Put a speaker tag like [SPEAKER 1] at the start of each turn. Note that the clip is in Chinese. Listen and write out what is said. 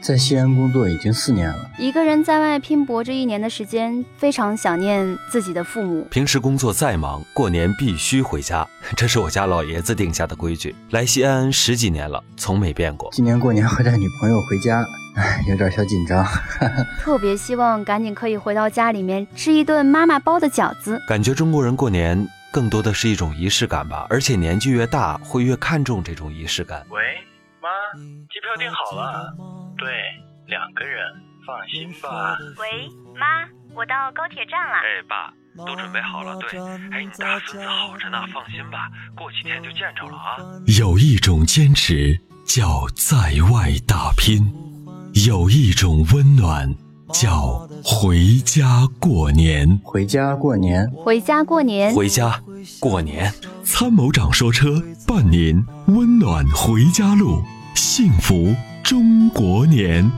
[SPEAKER 1] 在西安工作已经四年了，
[SPEAKER 2] 一个人在外拼搏这一年的时间，非常想念自己的父母。
[SPEAKER 3] 平时工作再忙，过年必须回家，这是我家老爷子定下的规矩。来西安十几年了，从没变过。
[SPEAKER 1] 今年过年会带女朋友回家，唉，有点小紧张。
[SPEAKER 2] 特别希望赶紧可以回到家里面吃一顿妈妈包的饺子。
[SPEAKER 3] 感觉中国人过年更多的是一种仪式感吧，而且年纪越大，会越看重这种仪式感。
[SPEAKER 4] 喂，妈，机票订好了。对，两个人，放心吧。
[SPEAKER 5] 喂，妈，我到高铁站了。
[SPEAKER 4] 哎，爸，都准备好了。对，哎，你大孙子好着呢，放心吧，过几天就见着了啊。
[SPEAKER 6] 有一种坚持叫在外打拼，有一种温暖叫回家过年。
[SPEAKER 1] 回家过年，
[SPEAKER 2] 回家过年，
[SPEAKER 3] 回家过年，
[SPEAKER 6] 参谋长说车伴您温暖回家路，幸福中国年。